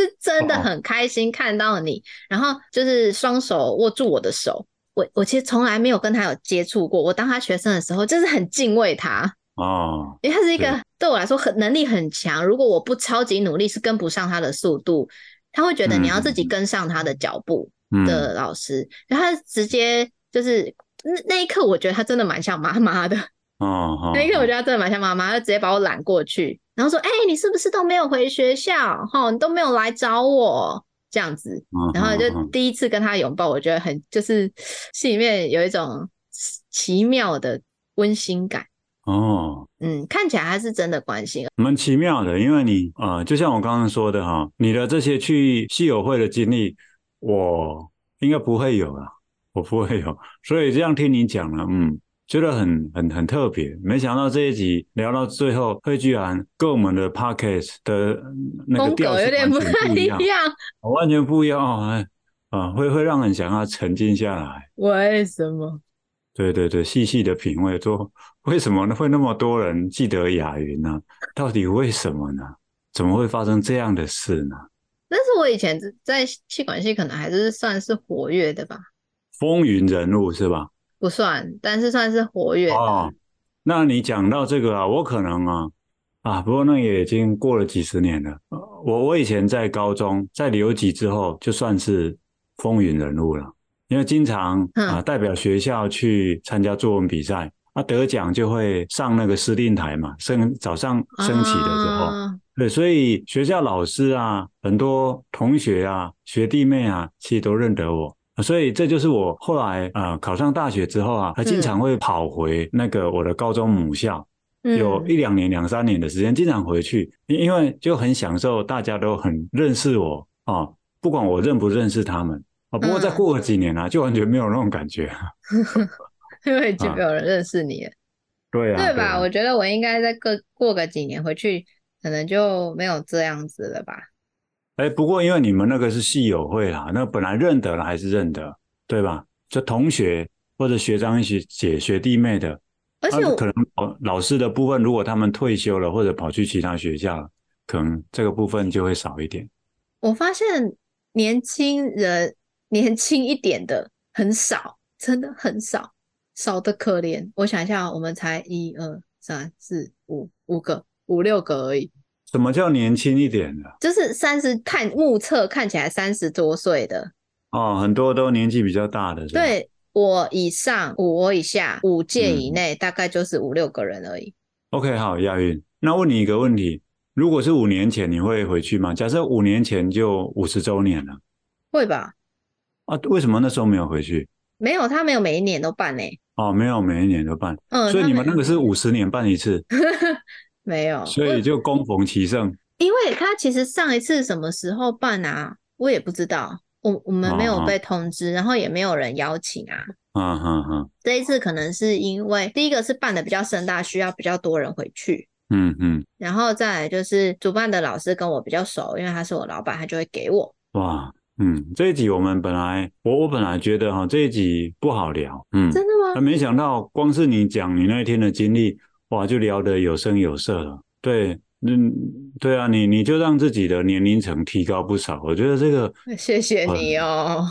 Speaker 2: 是是真的
Speaker 1: 哦
Speaker 2: 很开心看到你，然后就是双手握住我的手。我我其实从来没有跟他有接触过，我当他学生的时候，就是很敬畏他，
Speaker 1: 哦，
Speaker 2: 因为他是一个
Speaker 1: 对
Speaker 2: 对我来说很能力很强，如果我不超级努力，是跟不上他的速度，他会觉得你要自己
Speaker 1: 嗯
Speaker 2: 跟上他的脚步
Speaker 1: 嗯，
Speaker 2: 的老师，然后他直接就是那那一刻，我觉得他真的蛮像妈妈的。
Speaker 1: 哦哦，
Speaker 2: 那一刻我
Speaker 1: 哦
Speaker 2: 觉得他真的蛮像妈妈，她直接把我揽过去，然后说：“哎、你是不是都没有回学校？哈，你都没有来找我这样子。”
Speaker 1: 嗯
Speaker 2: 然后
Speaker 1: 嗯
Speaker 2: 就
Speaker 1: 嗯
Speaker 2: 第一次跟他拥抱，我觉得很就是心里面有一种奇妙的温馨感。
Speaker 1: 哦，
Speaker 2: 嗯，看起来他是真的关心。
Speaker 1: 蛮奇妙的，因为你啊、呃就像我刚刚说的哈，你的这些去系友会的经历，我应该不会有啊，我不会有，所以这样听你讲了，嗯，觉得很很很特别。没想到这一集聊到最后，会居然跟我们的 podcast 的那个
Speaker 2: 风
Speaker 1: 调
Speaker 2: 格
Speaker 1: 性
Speaker 2: 有点
Speaker 1: 完
Speaker 2: 不
Speaker 1: 全
Speaker 2: 太
Speaker 1: 不一
Speaker 2: 一
Speaker 1: 样，
Speaker 2: 样，
Speaker 1: 完全不一样哦，哎啊、会会让人想要沉浸下来。
Speaker 2: 为什么？
Speaker 1: 对对对，细细的品味，说为什么会那么多人记得雅云呢？到底为什么呢？怎么会发生这样的事呢？
Speaker 2: 但是我以前在气管系可能还是算是活跃的吧，
Speaker 1: 风云人物是吧？
Speaker 2: 不算，但是算是活跃的。
Speaker 1: 哦，那你讲到这个啊，我可能啊啊，不过那也已经过了几十年了。呃我我以前在高中，在留级之后，就算是风云人物了，因为经常
Speaker 2: 嗯
Speaker 1: 啊代表学校去参加作文比赛，啊得奖就会上那个司令台嘛，升早上升旗的时候。
Speaker 2: 啊
Speaker 1: 对，所以学校老师啊，很多同学啊、学弟妹啊，其实都认得我。所以这就是我后来啊、呃考上大学之后啊，还经常会跑回那个我的高中母校，
Speaker 2: 嗯
Speaker 1: 有一两年、两三年的时间，经常回去，因因为就很享受，大家都很认识我啊、哦不管我认不认识他们啊、哦不过再
Speaker 2: 嗯
Speaker 1: 过了几年啊，就完全没有那种感觉。
Speaker 2: [laughs]
Speaker 1: [laughs]
Speaker 2: 因为已
Speaker 1: 啊
Speaker 2: 经没有人认识你了，
Speaker 1: 对啊，
Speaker 2: 对
Speaker 1: 啊
Speaker 2: 吧？我觉得我应该再过过个几年回去，可能就没有这样子了吧。
Speaker 1: 哎，不过因为你们那个是系友会啦，那本来认得了还是认得，对吧？就同学或者学长、学姐、学弟妹的，
Speaker 2: 而且
Speaker 1: 啊
Speaker 2: 我
Speaker 1: 可能老老师的部分，如果他们退休了或者跑去其他学校了，可能这个部分就会少一点。
Speaker 2: 我发现年轻人年轻一点的很少，真的很少，少的可怜。我想一下哦，我们才一二三四五五个五六个而已，
Speaker 1: 什么叫年轻一点的？
Speaker 2: 就是三十看目测看起来三十多岁的，
Speaker 1: 哦，很多都年纪比较大的，是吧，
Speaker 2: 对我以上五我以下五届以
Speaker 1: 嗯
Speaker 2: 内，大概就是五六个人而已。
Speaker 1: OK，好，亚运。那问你一个问题：如果是五年前，你会回去吗？假设五年前就五十周年了
Speaker 2: 会吧？
Speaker 1: 啊，为什么那时候没有回去？
Speaker 2: 没有，他没有每一年都办呢、
Speaker 1: 哦，没有，每一年都办。
Speaker 2: 嗯，
Speaker 1: 所以
Speaker 2: 他
Speaker 1: 你们
Speaker 2: 没
Speaker 1: 那个是五十年办一
Speaker 2: [laughs]
Speaker 1: 次，
Speaker 2: 没有，
Speaker 1: 所
Speaker 2: 我
Speaker 1: 以就恭逢其盛。
Speaker 2: 因为他其实上一次什么时候办啊，我也不知道，我我们没有
Speaker 1: 哦
Speaker 2: 被通知，然后也没有人邀请啊。
Speaker 1: 嗯哼哼，
Speaker 2: 这一次可能是因为第一个是办的比较盛大，需要比较多人回去，
Speaker 1: 嗯嗯，
Speaker 2: 然后再来就是主办的老师跟我比较熟，因为他是我老板，他就会给我。
Speaker 1: 哇，嗯，这一集我们本来我我本来觉得哈这一集不好聊，嗯，
Speaker 2: 真的
Speaker 1: 那
Speaker 2: 吗？
Speaker 1: 没想到光是你讲你那一天的经历，哇，就聊得有声有色了。对，嗯，对啊，你你就让自己的年龄层提高不少。我觉得这个
Speaker 2: 哎谢谢你哦。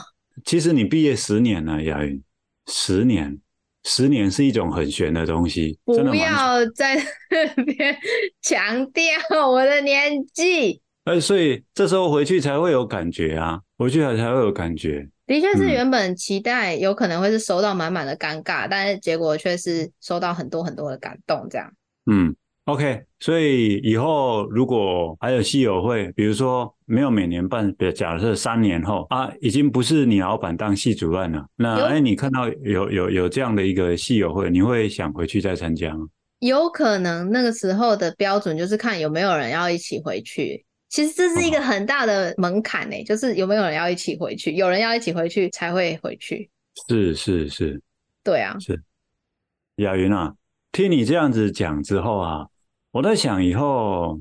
Speaker 1: 其实你毕业十年了，雅云，十年，十年是一种很玄的东西，真的
Speaker 2: 不
Speaker 1: 蛮玄
Speaker 2: 要在那边 [laughs] 强调我的年纪，
Speaker 1: 哎，所以这时候回去才会有感觉啊，回去才才会有感觉。
Speaker 2: 的确是
Speaker 1: 嗯
Speaker 2: 原本期待有可能会是收到满满的尴尬，但是结果却是收到很多很多的感动，这样。
Speaker 1: 嗯，OK，所以以后如果还有稀友会，比如说没有每年办，比如假设三年后啊，已经不是你老板当系主任了，那
Speaker 2: 有
Speaker 1: 哎，你看到有有有这样的一个系友会，你会想回去再参加吗？
Speaker 2: 有可能那个时候的标准就是看有没有人要一起回去。其实这是一
Speaker 1: 哦
Speaker 2: 个很大的门槛诶、就是有没有人要一起回去，有人要一起回去才会回去。
Speaker 1: 是是是，
Speaker 2: 对啊，
Speaker 1: 雅云啊，听你这样子讲之后啊，我在想以后，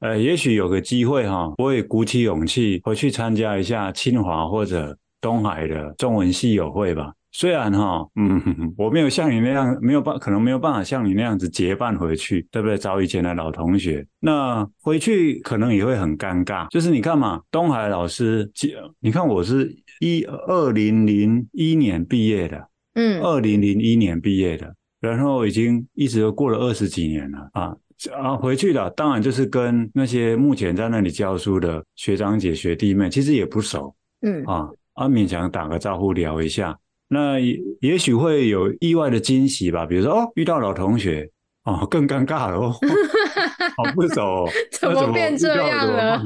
Speaker 1: 呃，也许有个机会哈、我也鼓起勇气回去参加一下清华或者东海的中文系友会吧。虽然哈、嗯，我没有像你那样，没有办，可能没有办法像你那样子结伴回去，对不对？找以前的老同学，那回去可能也会很尴尬。就是你看嘛，东海老师，你看我是一二零零一年毕业的，
Speaker 2: 嗯，
Speaker 1: 二零零一年毕业的，然后已经一直都过了二十几年了啊啊！回去了，当然就是跟那些目前在那里教书的学长姐、学弟妹，其实也不熟
Speaker 2: 嗯，
Speaker 1: 啊啊，勉强打个招呼聊一下。那也也许会有意外的惊喜吧，比如说哦，遇到老同学哦，更尴尬了哦，好不熟、
Speaker 2: [laughs]
Speaker 1: 哦，
Speaker 2: 怎么变这样了？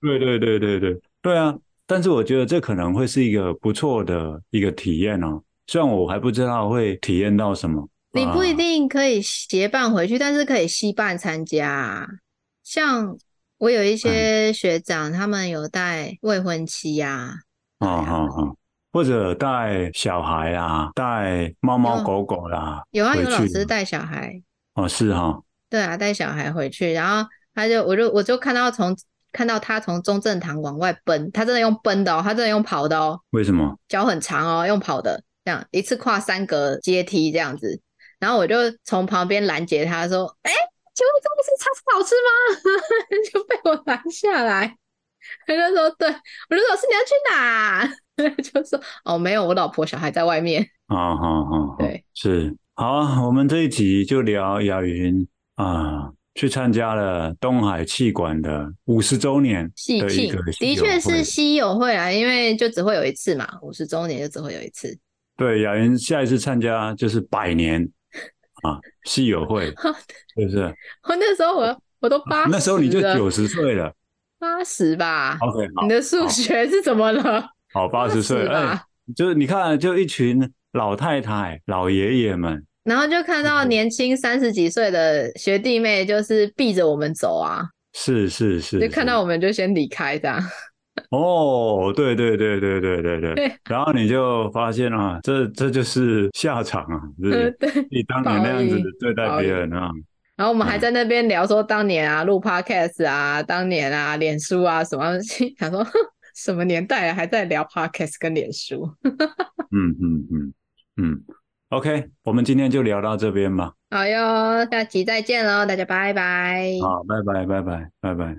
Speaker 1: 对对对对对对啊！但是我觉得这可能会是一个不错的一个体验哦。虽然我还不知道会体验到什么，
Speaker 2: 你不一
Speaker 1: 啊
Speaker 2: 定可以结伴回去，但是可以惜伴参加啊。像我有
Speaker 1: 嗯
Speaker 2: 一些学长，他们有带未婚妻呀、
Speaker 1: 啊啊啊，或者带小孩啊，带猫猫
Speaker 2: 嗯
Speaker 1: 狗狗啦，
Speaker 2: 有啊，有
Speaker 1: 回去
Speaker 2: 老师带小孩，
Speaker 1: 哦，是哈、哦，
Speaker 2: 对啊，带小孩回去，然后他就我就我就看到从看到他从中正堂往外奔，他真的用奔的哦，他真的用跑的哦，
Speaker 1: 为什么？
Speaker 2: 脚很长哦，用跑的，这样一次跨三格阶梯这样子，然后我就从旁边拦截他说：“哎、请问这个是叉烧好吃吗？” [laughs] 就被我拦下来。他就说：“对，我就说老师你要去哪？” [laughs] 就说：“哦，没有，我老婆小孩在外面。
Speaker 1: 啊哈哈，
Speaker 2: 对，
Speaker 1: 是好啊。我们这一集就聊雅云啊，去参加了东海气管的五十周年
Speaker 2: 戏
Speaker 1: 的一
Speaker 2: 庆
Speaker 1: 个
Speaker 2: 的
Speaker 1: 戏友
Speaker 2: 确
Speaker 1: 会
Speaker 2: 是稀有会啊，因为就只会有一次嘛，五十周年就只会有一次。
Speaker 1: 对，雅云下一次参加就是百年啊，系友会，
Speaker 2: [laughs] 我
Speaker 1: 是不是？
Speaker 2: 那时候我我都八十、
Speaker 1: 啊那时候你就九十岁了。
Speaker 2: 八十吧？
Speaker 1: OK，
Speaker 2: 你的数学是怎么了？
Speaker 1: 好，好，八十岁，
Speaker 2: 80
Speaker 1: 哎、
Speaker 2: 吧。
Speaker 1: 就是你看，就一群老太太、老爷爷们，
Speaker 2: 然后就看
Speaker 1: 嗯
Speaker 2: 到年轻三十几岁的学弟妹，就是避着我们走啊，
Speaker 1: 是是是，
Speaker 2: 就看
Speaker 1: 是
Speaker 2: 到我们就先离开这样。
Speaker 1: 哦，对对对对对对对，
Speaker 2: 对
Speaker 1: 然后你就发现啊，这这就是下场啊，就是
Speaker 2: [laughs] 对。
Speaker 1: 你当年那样子
Speaker 2: 呃报应
Speaker 1: 对待别人啊，
Speaker 2: 然后我们还
Speaker 1: 嗯
Speaker 2: 在那边聊说当年啊录 podcast 啊，当年啊脸书啊什么， [laughs] 心想说什么年代啊还在聊 podcast 跟脸书。
Speaker 1: 嗯嗯嗯嗯，OK，我们今天就聊到这边吧，
Speaker 2: 好哟，下期再见喽，大家拜拜。
Speaker 1: 好，拜拜拜拜拜拜。